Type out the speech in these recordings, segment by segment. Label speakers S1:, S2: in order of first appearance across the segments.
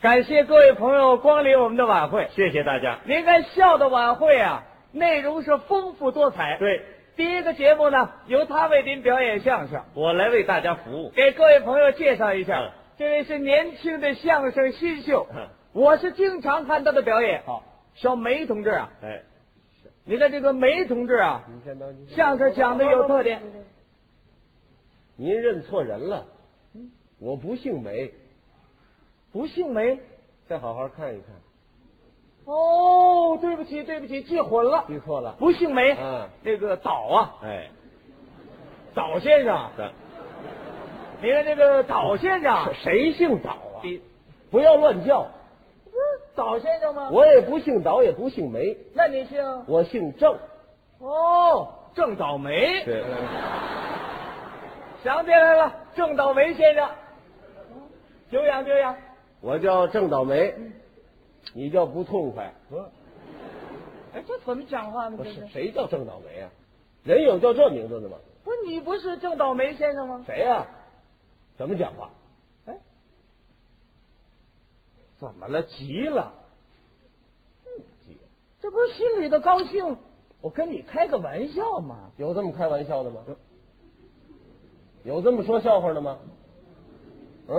S1: 感谢各位朋友光临我们的晚会。
S2: 谢谢大家。
S1: 您看笑的晚会啊，内容是丰富多彩。，
S2: 对，
S1: 第一个节目呢，由他为您表演相声，
S2: 我来为大家服务。
S1: 给各位朋友介绍一下，
S2: 嗯
S1: 这位是年轻的相声新秀，
S2: 嗯
S1: 我是经常看他的表演。
S2: 好，
S1: 小梅同志啊，
S2: 哎，
S1: 你看这个梅同志啊，
S2: 您先等，
S1: 相声讲的有特点。
S2: 您认错人了，我不姓梅，
S1: 不姓梅？
S2: 再好好看一看，
S1: 哦，对不起，对不起，记混了，
S2: 记错了。
S1: 不姓梅。
S2: 嗯，
S1: 那个岛啊，
S2: 哎，
S1: 岛先生啊，
S2: 咱
S1: 你看这个岛先生啊，
S2: 谁姓岛啊？
S1: 比
S2: 不要乱叫，
S1: 不是岛先生吗？
S2: 我也不姓岛，也不姓梅，
S1: 那你姓
S2: 我姓郑。
S1: 哦，郑倒霉，
S2: 对，
S1: 想起来了，郑倒霉先生，久仰久仰。
S2: 我叫郑倒霉，你叫不痛快。
S1: 哎，这怎么讲话呢？
S2: 不
S1: 这
S2: 是，谁叫郑倒霉啊？人有叫这名字的吗？
S1: 不是你不是郑倒霉先生吗？
S2: 谁呀、怎么讲话？
S1: 哎，
S2: 怎么了？急了？急了？
S1: 这不是心里的高兴，我跟你开个玩笑嘛。
S2: 有这么开玩笑的吗？有这么说笑话的吗？嗯？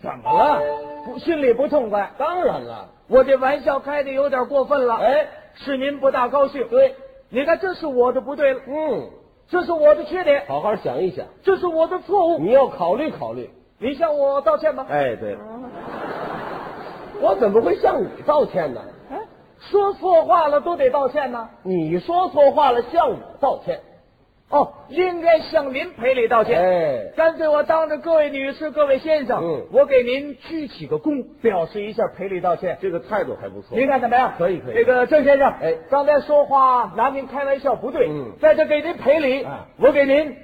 S2: 怎么了？
S1: 不，心里不痛快。
S2: 当然了。
S1: 我这玩笑开的有点过分了，
S2: 哎，
S1: 使您不大高兴。
S2: 对，
S1: 你看，这是我的不对了，
S2: 嗯，
S1: 这是我的缺点，
S2: 好好想一想，
S1: 这是我的错误。
S2: 你要考虑考虑。
S1: 你向我道歉吧。
S2: 哎，对，我怎么会向你道歉呢？
S1: 哎，说错话了都得道歉呢。
S2: 你说错话了，向我道歉。
S1: 哦，应该向您赔礼道歉。
S2: 哎
S1: 干脆我当着各位女士、各位先生，
S2: 嗯
S1: 我给您鞠起个躬，表示一下赔礼道歉。
S2: 这个态度还不错
S1: 您看怎么样？
S2: 可以可以
S1: 这个郑先生，
S2: 哎
S1: 刚才说话拿您开玩笑不对，
S2: 嗯
S1: 在这给您赔礼，
S2: 啊
S1: 我给您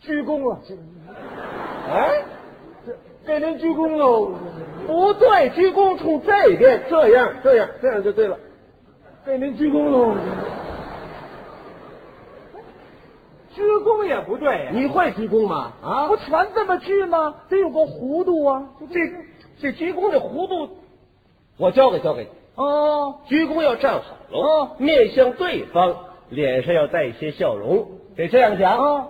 S1: 鞠躬了，
S2: 哎，
S1: 给您鞠躬喽，
S2: 不对，鞠躬冲这边，这样这样这样就对了。
S1: 给您鞠躬喽。鞠躬也不对呀、
S2: 你会鞠躬吗？啊
S1: 不，全这么鞠吗？得有个弧度啊。
S2: 这这鞠躬的弧度，我教给教给你。
S1: 哦，
S2: 鞠躬要站好喽，
S1: 哦
S2: 面向对方，脸上要带一些笑容，得这样讲。
S1: 啊，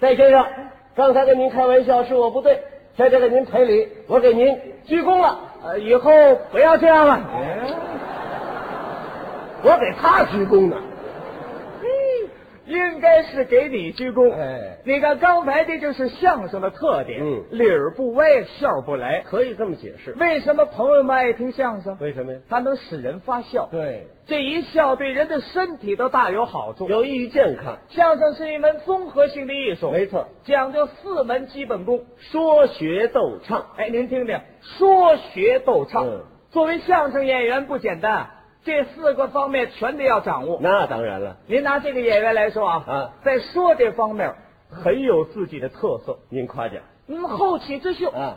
S2: 戴先生，刚才跟您开玩笑是我不对，在这给您赔礼，我给您鞠躬了。
S1: 呃，以后不要这样了。
S2: 哎我给他鞠躬呢。
S1: 应该是给你鞠躬。
S2: 哎
S1: 你看刚才这就是相声的特点，
S2: 嗯
S1: 理儿不歪，笑儿不来。
S2: 可以这么解释。
S1: 为什么朋友们爱听相声？
S2: 为什么呀？
S1: 它能使人发笑，
S2: 对，
S1: 这一笑对人的身体都大有好处。
S2: 有益于健康。
S1: 相声是一门综合性的艺术，
S2: 没错，
S1: 讲究四门基本功。
S2: 说学逗唱，
S1: 哎，您听听，说学逗唱，
S2: 嗯
S1: 作为相声演员不简单啊，这四个方面全得要掌握。
S2: 那当然了。
S1: 您拿这个演员来说啊，
S2: 啊
S1: 在说这方面很有自己的特色，
S2: 您夸奖
S1: 嗯，后起之秀。啊
S2: 啊，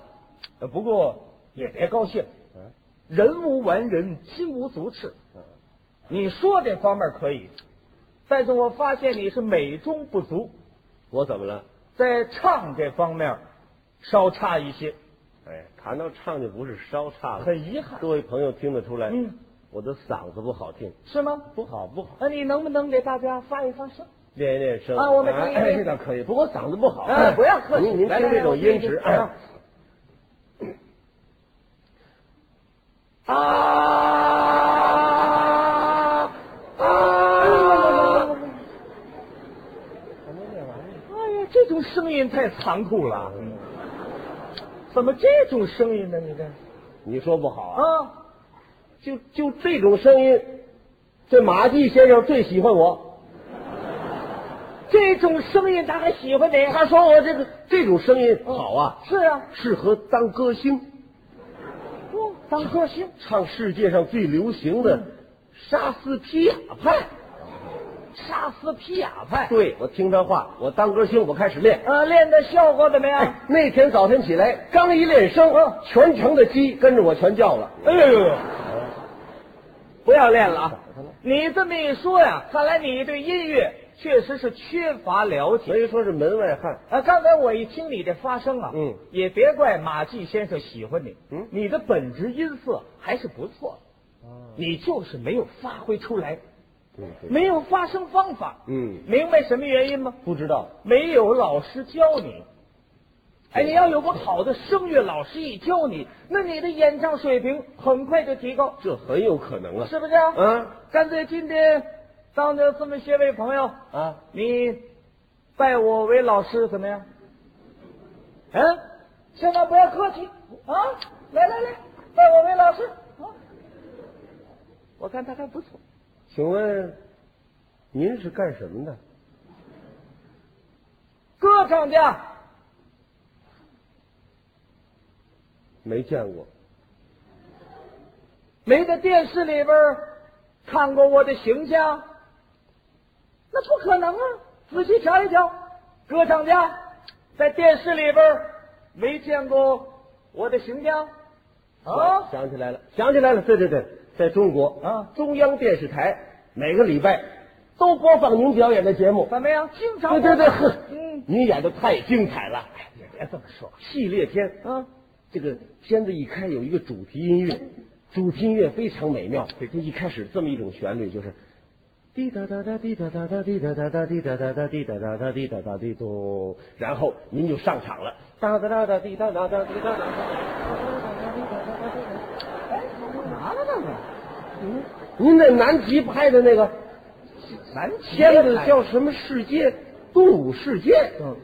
S1: 呃不过也别高兴，
S2: 嗯
S1: 人无完人，金无足赤
S2: 嗯。
S1: 你说这方面可以，但是我发现你是美中不足，
S2: 我怎么了？
S1: 在唱这方面稍差一些，
S2: 哎，谈到唱就不是稍差了。
S1: 很遗憾，
S2: 各位朋友听得出来，
S1: 嗯，
S2: 我的嗓子不好听，
S1: 是吗？
S2: 不好不好，
S1: 那你能不能给大家发一发声？
S2: 练一练声
S1: 啊我们听一听
S2: 哎这倒可以，不过嗓子不好。
S1: 哎不要客气
S2: 您您
S1: 来来
S2: 听这
S1: 来我
S2: 种
S1: 听
S2: 音
S1: 听
S2: 质，
S1: 啊
S2: 哎啊啊！
S1: 哎呀，这种声音太残酷了，怎么这种声音呢？你这
S2: 你说不好啊？
S1: 啊，
S2: 就就这种声音，这马季先生最喜欢我。
S1: 这种声音他还喜欢你？
S2: 他说我这个这种声音好啊，
S1: 是啊，
S2: 适合当歌星。
S1: 嗯当歌星。
S2: 唱世界上最流行的
S1: 嗯
S2: 莎士比亚派。
S1: 莎士比亚派。
S2: 对，我听他话，我当歌星，我开始练。
S1: 呃，练的效果怎么样？
S2: 哎，那天早晨起来，刚一练声，啊全城的鸡跟着我全叫了。
S1: 哎呦呦呦！不要练了啊！你这么一说呀，看来你对音乐确实是缺乏了解。
S2: 所以说是门外汉。
S1: 啊，刚才我一听你这发声啊，
S2: 哎嗯，
S1: 也别怪马季先生喜欢你，
S2: 嗯
S1: 你的本质音色还是不错的，你就是没有发挥出来，
S2: 对嗯对
S1: 没有发声方法，
S2: 嗯
S1: 明白什么原因吗？
S2: 不知道，
S1: 没有老师教你。哎，你要有个好的声乐老师一教你，那你的演唱水平很快就提高，
S2: 这很有可能啊。
S1: 是不是啊？
S2: 嗯
S1: 干脆今天当着这么些位朋友，
S2: 啊，
S1: 你拜我为老师怎么样？嗯，千万不要客气啊！来来来，拜我为老师啊！我看他还不错，
S2: 请问您是干什么的？
S1: 歌唱家
S2: 没见过，
S1: 没在电视里边儿看过我的形象，那不可能啊！仔细瞧一瞧，歌唱家在电视里边儿没见过我的形象啊！
S2: 想起来了，想起来了，对对对，在中国
S1: 啊
S2: 中央电视台每个礼拜都播放您表演的节目。
S1: 怎么样？经常
S2: 对对对，呵
S1: 嗯，
S2: 您演的太精彩了，
S1: 也别这么说，
S2: 系列片
S1: 嗯。
S2: 这个片子一开有一个主题音乐，主题音乐非常美妙。这一开始这么一种旋律就是。滴答答答滴答答答滴答答答滴答答答滴答答答滴答答滴咚，然后您就上场了，哒哒哒哒滴哒哒哒滴哒哒。
S1: 干嘛呢？哎那个
S2: 您在南极拍的那个
S1: 咱
S2: 片子
S1: 就
S2: 叫什么世界？动物世界。
S1: 嗯，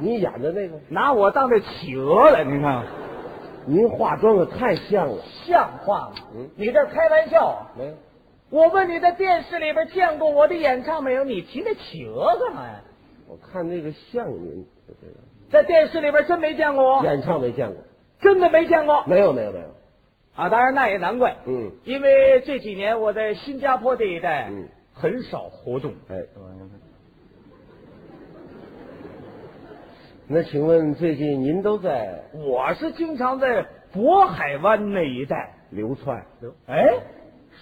S2: 你演的那个，
S1: 拿我当这企鹅了，您看看
S2: 您化妆可太像了。
S1: 像话吗？
S2: 嗯
S1: 你这开玩笑啊！
S2: 没有，
S1: 我问你，在电视里边见过我的演唱没有？你提那企鹅干嘛呀？
S2: 我看那个像您，这个
S1: 在电视里边真没见过我，
S2: 演唱没见过，
S1: 真的没见过
S2: 没有没有没有。
S1: 啊！当然那也难怪，
S2: 嗯，
S1: 因为这几年我在新加坡这一带，
S2: 嗯，
S1: 很少活动。
S2: 哎，那请问最近您都在
S1: 我是经常在渤海湾那一带。
S2: 流窜？
S1: 哎，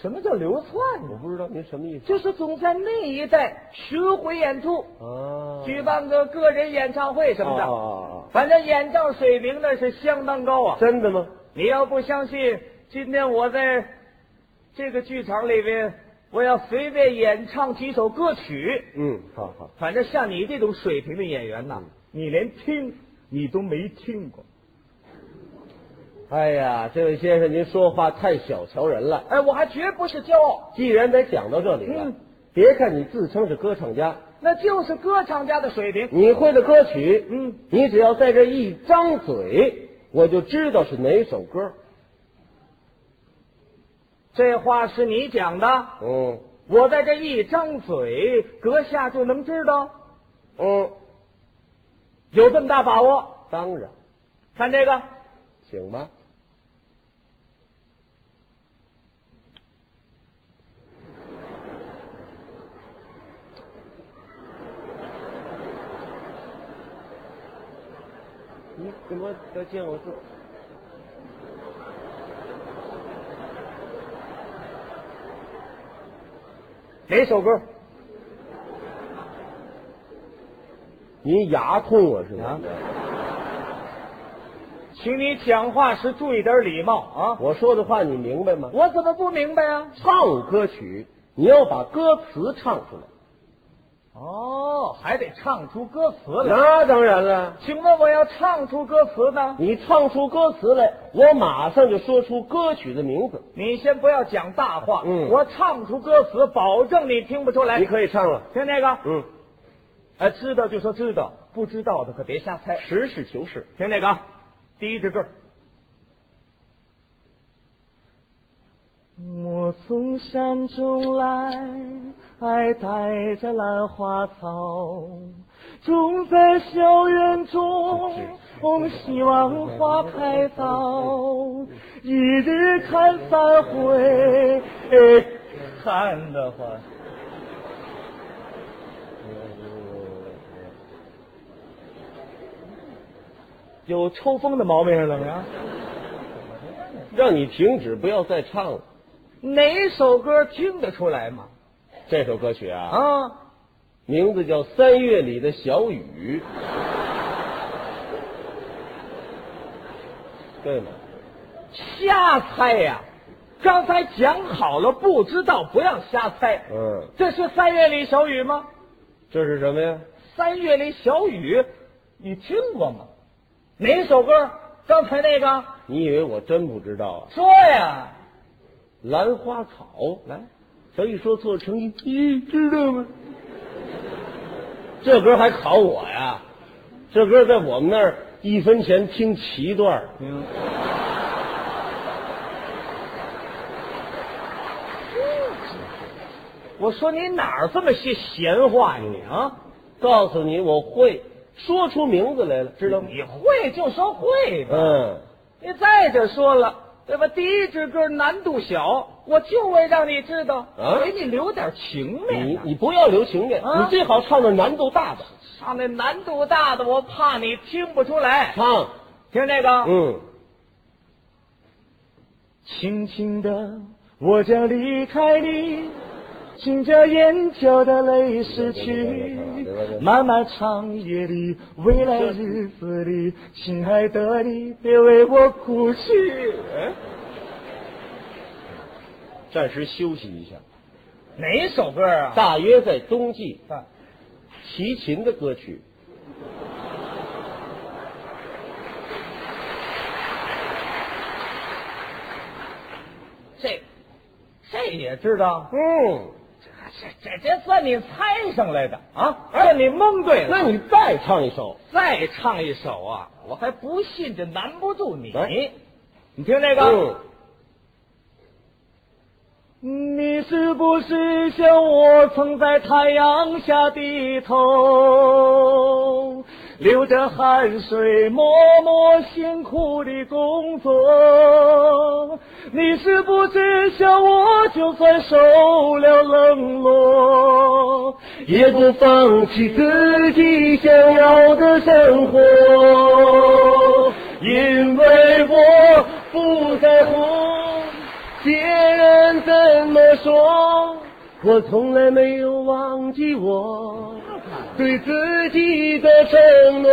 S1: 什么叫流窜
S2: 我
S1: 呢？
S2: 不知道您什么意思
S1: 就是总在那一带巡回演出，
S2: 啊
S1: 举办个个人演唱会什么的。
S2: 哦哦
S1: 反正演唱水平那是相当高
S2: 哦
S1: 啊！
S2: 真的吗？
S1: 你要不相信，今天我在这个剧场里边，我要随便演唱几首歌曲。
S2: 嗯，好好，
S1: 反正像你这种水平的演员呐，嗯你连听你都没听过。
S2: 哎呀，这位先生，您说话太小瞧人了。
S1: 哎，我还绝不是骄傲，
S2: 既然得讲到这里了，
S1: 嗯
S2: 别看你自称是歌唱家，
S1: 那就是歌唱家的水平。
S2: 你会的歌曲，
S1: 嗯，
S2: 你只要在这一张嘴，我就知道是哪首歌。
S1: 这话是你讲的。
S2: 嗯
S1: 我在这一张嘴，阁下就能知道，
S2: 嗯，
S1: 有这么大把握。
S2: 当然，
S1: 看这个，
S2: 请吧。你怎么再见我这？
S1: 哪首歌？
S2: 您牙痛我是吗？
S1: 请你讲话时注意点礼貌啊！
S2: 我说的话你明白吗？
S1: 我怎么不明白啊？
S2: 唱歌曲，你要把歌词唱出来。
S1: 哦，还得唱出歌词来。
S2: 那当然了，
S1: 请问我要唱出歌词呢？
S2: 你唱出歌词来，我马上就说出歌曲的名字。
S1: 你先不要讲大话，
S2: 嗯
S1: 我唱出歌词，保证你听不出来。
S2: 你
S1: 听
S2: 可以唱了。
S1: 这个，
S2: 嗯，
S1: 哎，知道就说知道，不知道的可别瞎猜。
S2: 实事求是。
S1: 听这个，第一支歌。我从山中来，还带着兰花草，种在校园中，希望花开早，一日看三回，哎，看得慌。有抽风的毛病是怎么样？
S2: 让你停止，不要再唱了。
S1: 哪首歌听得出来吗？
S2: 这首歌曲啊，
S1: 啊，
S2: 名字叫《三月里的小雨》，对吗？
S1: 瞎猜呀、刚才讲好了，不知道不让瞎猜。
S2: 嗯，
S1: 这是三月里小雨吗？
S2: 这是什么呀？
S1: 三月里小雨，你听过吗？哪首歌？刚才那个？
S2: 你以为我真不知道啊？
S1: 说呀，
S2: 兰花草，来，小雨说错成语，咦，知道吗？这歌还考我呀？这歌在我们那儿一分钱听七段儿，
S1: 嗯，我说你哪儿这么些闲话呀你啊？
S2: 告诉你我会，说出名字来了，知道吗？
S1: 你会就说会吧。
S2: 嗯，
S1: 你再者说了，对吧？第一支歌难度小，我就为让你知道，
S2: 啊
S1: 给你留点情面啊
S2: 你
S1: 呐、
S2: 你不要留情面，
S1: 啊
S2: 你最好唱点难度大的，
S1: 唱那难度大的，我怕你听不出来。
S2: 唱，
S1: 听这个，
S2: 啊嗯，
S1: 轻轻的，我将离开你，请这眼角的泪逝去。漫漫长夜里，未来日子里，亲爱的你，别为我哭泣。
S2: 嗯暂时休息一下。
S1: 哪首歌啊？
S2: 大约在冬季，
S1: 大
S2: 齐秦的歌曲。
S1: 这这也知道。
S2: 嗯，
S1: 这这这算你猜上来的啊，算你蒙对了。
S2: 哎那你再唱一首，
S1: 再唱一首啊，我还不信这难不住你。
S2: 来
S1: 你听这
S2: 嗯
S1: 个，，你是不是像我曾在太阳下低头，流着汗水，默默辛苦的工作？你是不是像我，就算受了冷落，
S2: 也不放弃自己想要的生活，因为我不在乎别人怎么说，我从来没有忘记我对自己的承诺，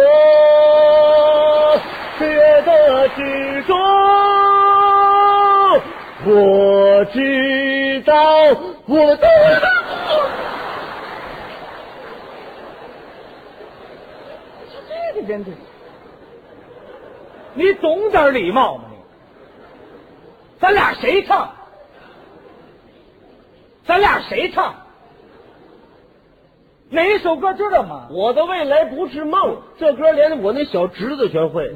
S2: 觉得执着，我知道我的。
S1: 这个人这，你懂点礼貌吗？你，咱俩谁唱？咱俩谁唱？哪一首歌知道吗？
S2: 我的未来不是梦，这歌连我那小侄子全会。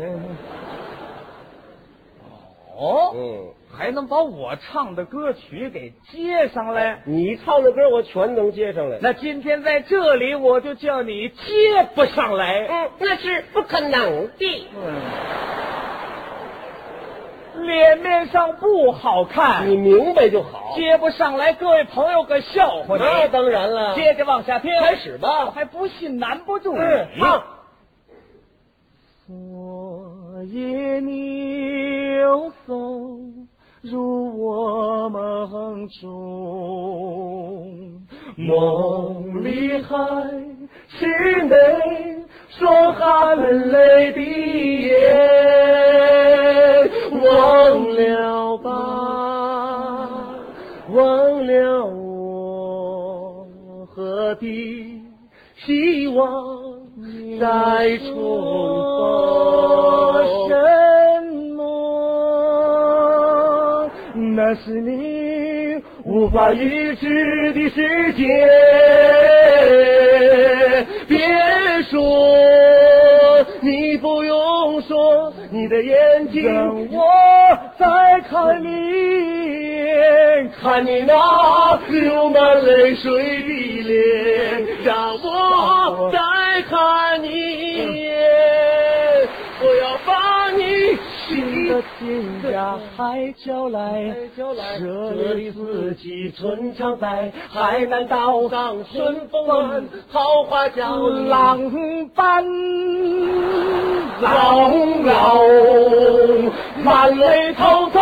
S1: 哦，
S2: 嗯，
S1: 还能把我唱的歌曲给接上来？
S2: 你唱的歌我全能接上来。
S1: 那今天在这里，我就叫你接不上来。嗯
S2: 嗯，那是不可能的。
S1: 脸面上不好看
S2: 你，明白就好。
S1: 接不上来，各位朋友可笑话你。
S2: 那当然了。
S1: 接着往下听，
S2: 开始吧
S1: 我还不信难不住
S2: 嗯，
S1: 你。
S2: 唱。
S1: 昨夜你送入我梦中，梦里还是你说含泪的眼，忘了吧，忘了我，何必希望再重逢？什么？那是你无法预知的世界。别说你不用说，你的眼睛让我再看你一眼，看你那流满泪水的脸，让我再看你一眼，我要把你
S2: 你
S1: 心
S2: 的
S1: 天涯海角来
S2: 这里四季春常在，海
S1: 海
S2: 南
S1: 南
S2: 岛
S1: 岛
S2: 上
S1: 上
S2: 春
S1: 春
S2: 风
S1: 风
S2: 暖
S1: 暖，
S2: 桃花叫郎
S1: 班，
S2: 朗朗，万里滔滔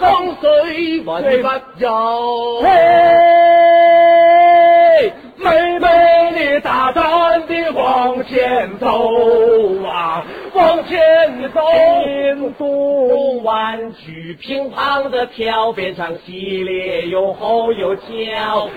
S2: 江水不
S1: 水
S2: 不
S1: 不
S2: 休。
S1: 嘿，妹妹你
S2: 你大胆地往前走啊，往前走。
S1: 前走
S2: 弯曲乒乓的跳，边上系列有吼有叫，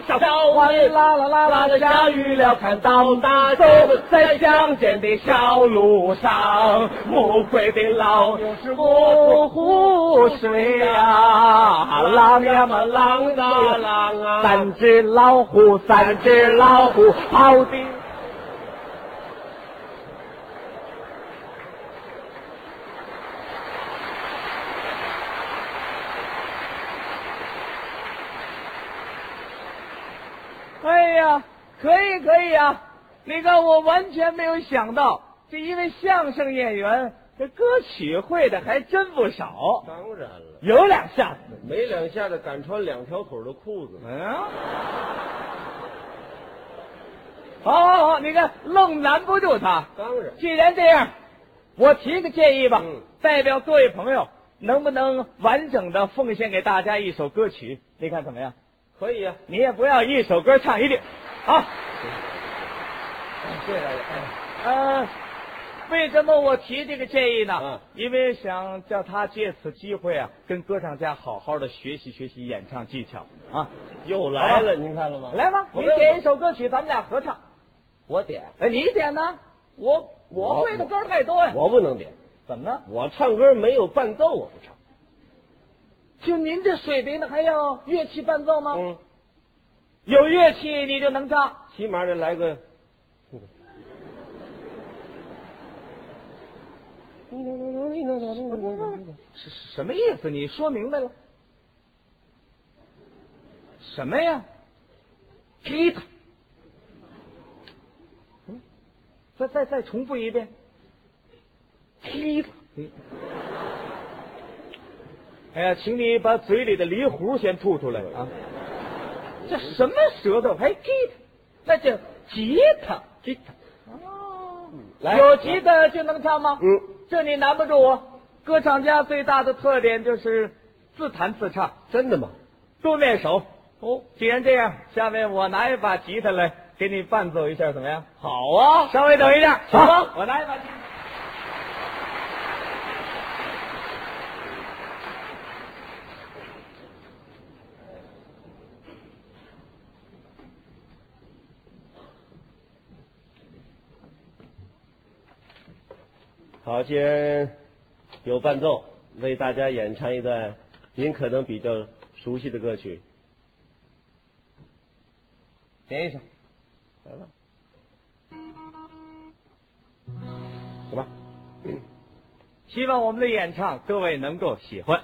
S2: 小
S1: 哇
S2: 弯啦
S1: 啦啦啦啦
S2: 啦
S1: 的
S2: 的
S1: 下
S2: 下
S1: 雨，
S2: 雨了，看到大家在乡间的小路上，暮归的老牛是模糊水啊，浪呀嘛浪啊浪啊，
S1: 三只老虎，三
S2: 三只
S1: 只老
S2: 老
S1: 虎
S2: 虎
S1: 跑
S2: 跑
S1: 的
S2: 的。
S1: 哎呀，可以可以啊！李哥，我完全没有想到，这一位相声演员，这歌曲会的还真不少，
S2: 当然了，
S1: 有两下子。
S2: 没两下子敢穿两条腿的裤子，
S1: 嗯，好，好，好，你看，愣拦不住他。
S2: 当然
S1: 既然这样，我提个建议吧，
S2: 嗯
S1: 代表各位朋友，能不能完整的奉献给大家一首歌曲？你看怎么样？
S2: 可以啊。
S1: 你也不要一首歌唱一句，啊，
S2: 谢谢大家。
S1: 呃，为什么我提这个建议呢？
S2: 嗯
S1: 因为想叫他借此机会啊，跟歌唱家好好的学习学习演唱技巧啊。
S2: 又
S1: 来了
S2: 您看了吗
S1: 来吧，你点一首歌曲，咱们俩合唱。
S2: 我点，
S1: 哎，你点呢？我我
S2: 我
S1: 会的歌儿太多呀。
S2: 我不能点，
S1: 怎么了？
S2: 我唱歌没有伴奏，我不唱。
S1: 就您这水平的，还要乐器伴奏吗？
S2: 嗯，
S1: 有乐器你就能唱。
S2: 起码得来个。
S1: 什什么意思？你说明白了？什么呀？吉他。嗯，再再再重复一遍。吉他。哎呀，请你把嘴里的梨核先吐出来啊！这什么舌头还吉他？那叫吉他。
S2: 吉他，
S1: 哦，
S2: 来
S1: 有吉他就能唱吗？
S2: 嗯，
S1: 这你难不住我。歌唱家最大的特点就是自弹自唱，
S2: 真的吗？
S1: 多练手。哦，既然这样，下面我拿一把吉他来给你伴奏一下，怎么样？
S2: 好啊，
S1: 稍微等一下，
S2: 好
S1: 吧？我拿一把吉他。
S2: 好，既然有伴奏，为大家演唱一段您可能比较熟悉的歌曲，
S1: 点一下，
S2: 来吧，好吧，
S1: 希望我们的演唱各位能够喜欢。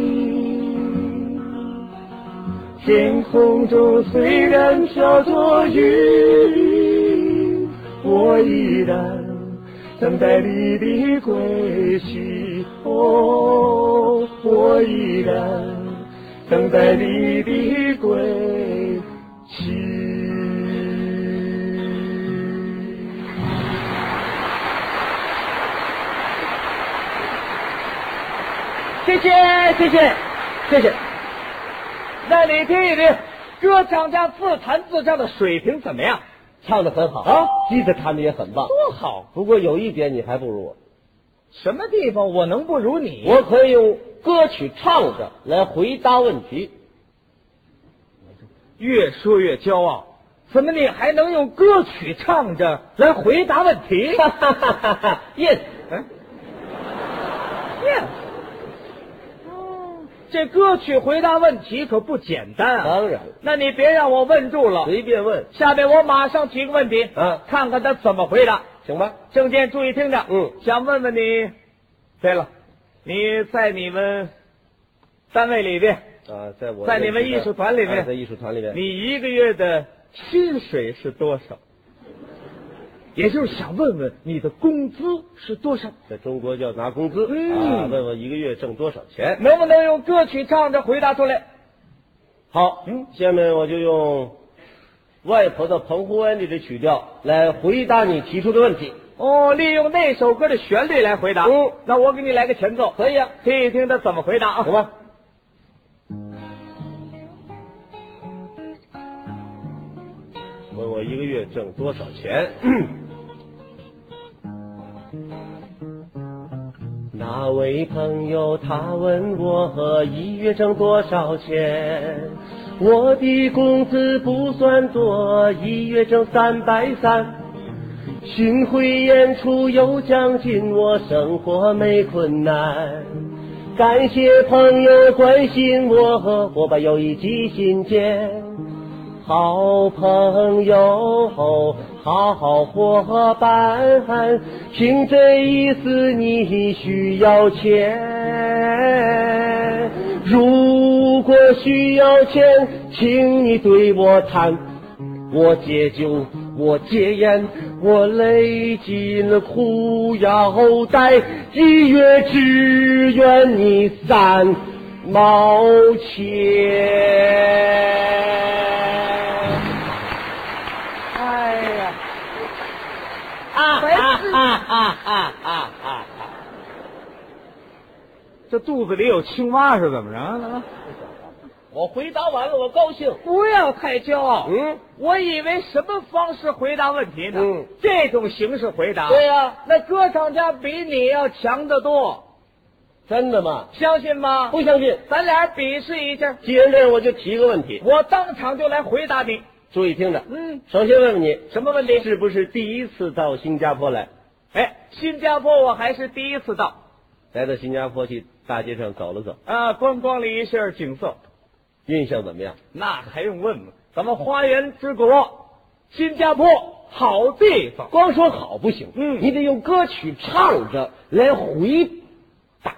S1: 天空中虽然飘着云，我依然等待你的归期。哦，我依然等待你的归期。谢谢谢谢谢谢。那你听一听，歌唱家自弹自唱的水平怎么样？
S2: 唱的很好
S1: 啊
S2: 记得弹的也很棒。
S1: 多好！
S2: 不过有一点你还不如我，
S1: 什么地方我能不如你？
S2: 我可以用歌曲唱着来回答问题。
S1: 越说越骄傲，怎么你还能用歌曲唱着来回答问题？
S2: 哈哈哈哈哈！Yes，
S1: 哎，耶！哦这歌曲回答问题可不简单啊！
S2: 当然了
S1: 那你别让我问住了。
S2: 随便问，
S1: 下面我马上提个问题，
S2: 啊
S1: 看看他怎么回答。
S2: 行吧？
S1: 证件注意听着，
S2: 嗯
S1: 想问问你，对了，你在你们单位里边，
S2: 啊，在我
S1: 在你们
S2: 认识的
S1: 艺术团里面
S2: 啊在艺术团里面，
S1: 你一个月的薪水是多少？也就是想问问你的工资是多少？
S2: 在中国叫拿工资，
S1: 嗯
S2: 啊，问问一个月挣多少钱？
S1: 能不能用歌曲唱着回答出来？
S2: 好，
S1: 嗯
S2: 下面我就用外婆的《澎湖湾》里的曲调来回答你提出的问题。
S1: 哦，利用那首歌的旋律来回答。
S2: 嗯
S1: 那我给你来个前奏，
S2: 可以啊，
S1: 听一听他怎么回答啊
S2: 行。吧？问我一个月挣多少钱？ 那位朋友他问我一月挣多少钱，我的工资不算多，一月挣三百三。巡回演出有奖金，我生活没困难。感谢朋友关心我，我把友谊记心间。好朋友，好伙伴，凭这意思你需要钱。如果需要钱，请你对我谈。我戒酒，我戒烟，我勒紧了裤腰带，一月只愿你三毛钱。
S1: 哎呀，
S2: 啊
S1: 白痴
S2: 啊啊啊啊啊！
S1: 这肚子里有青蛙是怎么着？
S2: 我回答完了，我高兴。
S1: 不要太骄傲。
S2: 嗯，
S1: 我以为什么方式回答问题呢？
S2: 嗯
S1: 这种形式回答。
S2: 对啊呀、
S1: 那歌唱家比你要强得多，
S2: 真的吗？
S1: 相信吗？
S2: 不相信？
S1: 咱俩比试一下，
S2: 既然这样，我就提个问题，
S1: 我当场就来回答你。
S2: 注意听着。
S1: 嗯，
S2: 首先问问你，
S1: 什么问题？
S2: 是不是第一次到新加坡来？
S1: 哎，新加坡我还是第一次到，
S2: 来到新加坡去大街上走了走，
S1: 啊，观光了一下景色，
S2: 印象怎么样？
S1: 那还用问吗？咱们花园之国，新加坡好地方。
S2: 光说好不行，
S1: 嗯
S2: 你得用歌曲唱着来回答。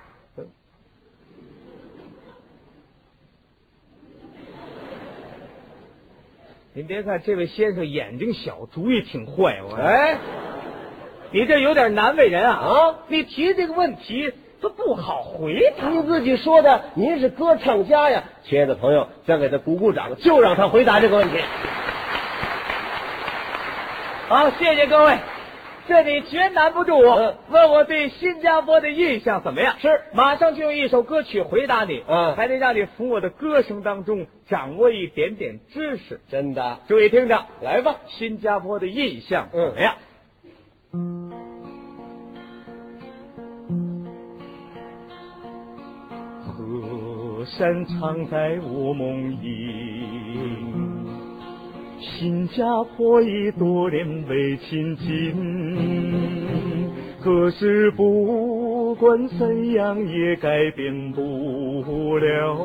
S1: 您别看这位先生眼睛小，主意挺坏，我
S2: 哎，
S1: 你这有点难为人啊！
S2: 啊，
S1: 你提这个问题，它不好回答。
S2: 您自己说的，您是歌唱家呀，亲爱的朋友，咱给他鼓鼓掌，就让他回答这个问题。
S1: 好，谢谢各位，这你绝难不住我。
S2: 嗯
S1: 问我对新加坡的印象怎么样？
S2: 是
S1: 马上就用一首歌曲回答你。
S2: 嗯
S1: 还得让你从我的歌声当中掌握一点点知识。
S2: 真的，
S1: 注意听着，
S2: 来吧，
S1: 新加坡的印象怎么样？河山常在我梦萦，新加坡已多年未亲近。可是不管怎样也改变不了，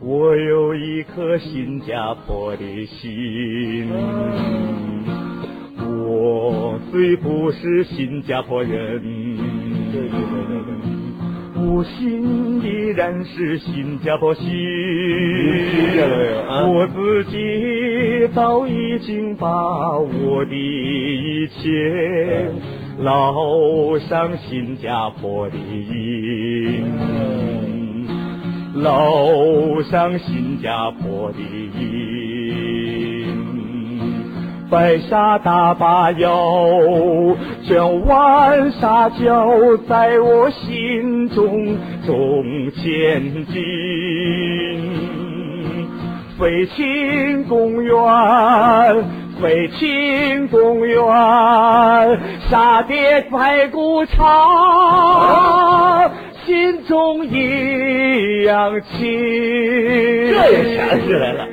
S1: 我有一颗新加坡的心。我虽不是新加坡人，
S2: 对对对对
S1: 我心依然是新加坡心。
S2: 听见了没有啊
S1: 我自己早已经把我的一切烙上新加坡的印，烙上新加坡的印。白沙大坝腰，将湾沙礁在我心中中前进。飞青公园为庆公园，杀跌白骨长，心中一样亲。
S2: 这也想起来了。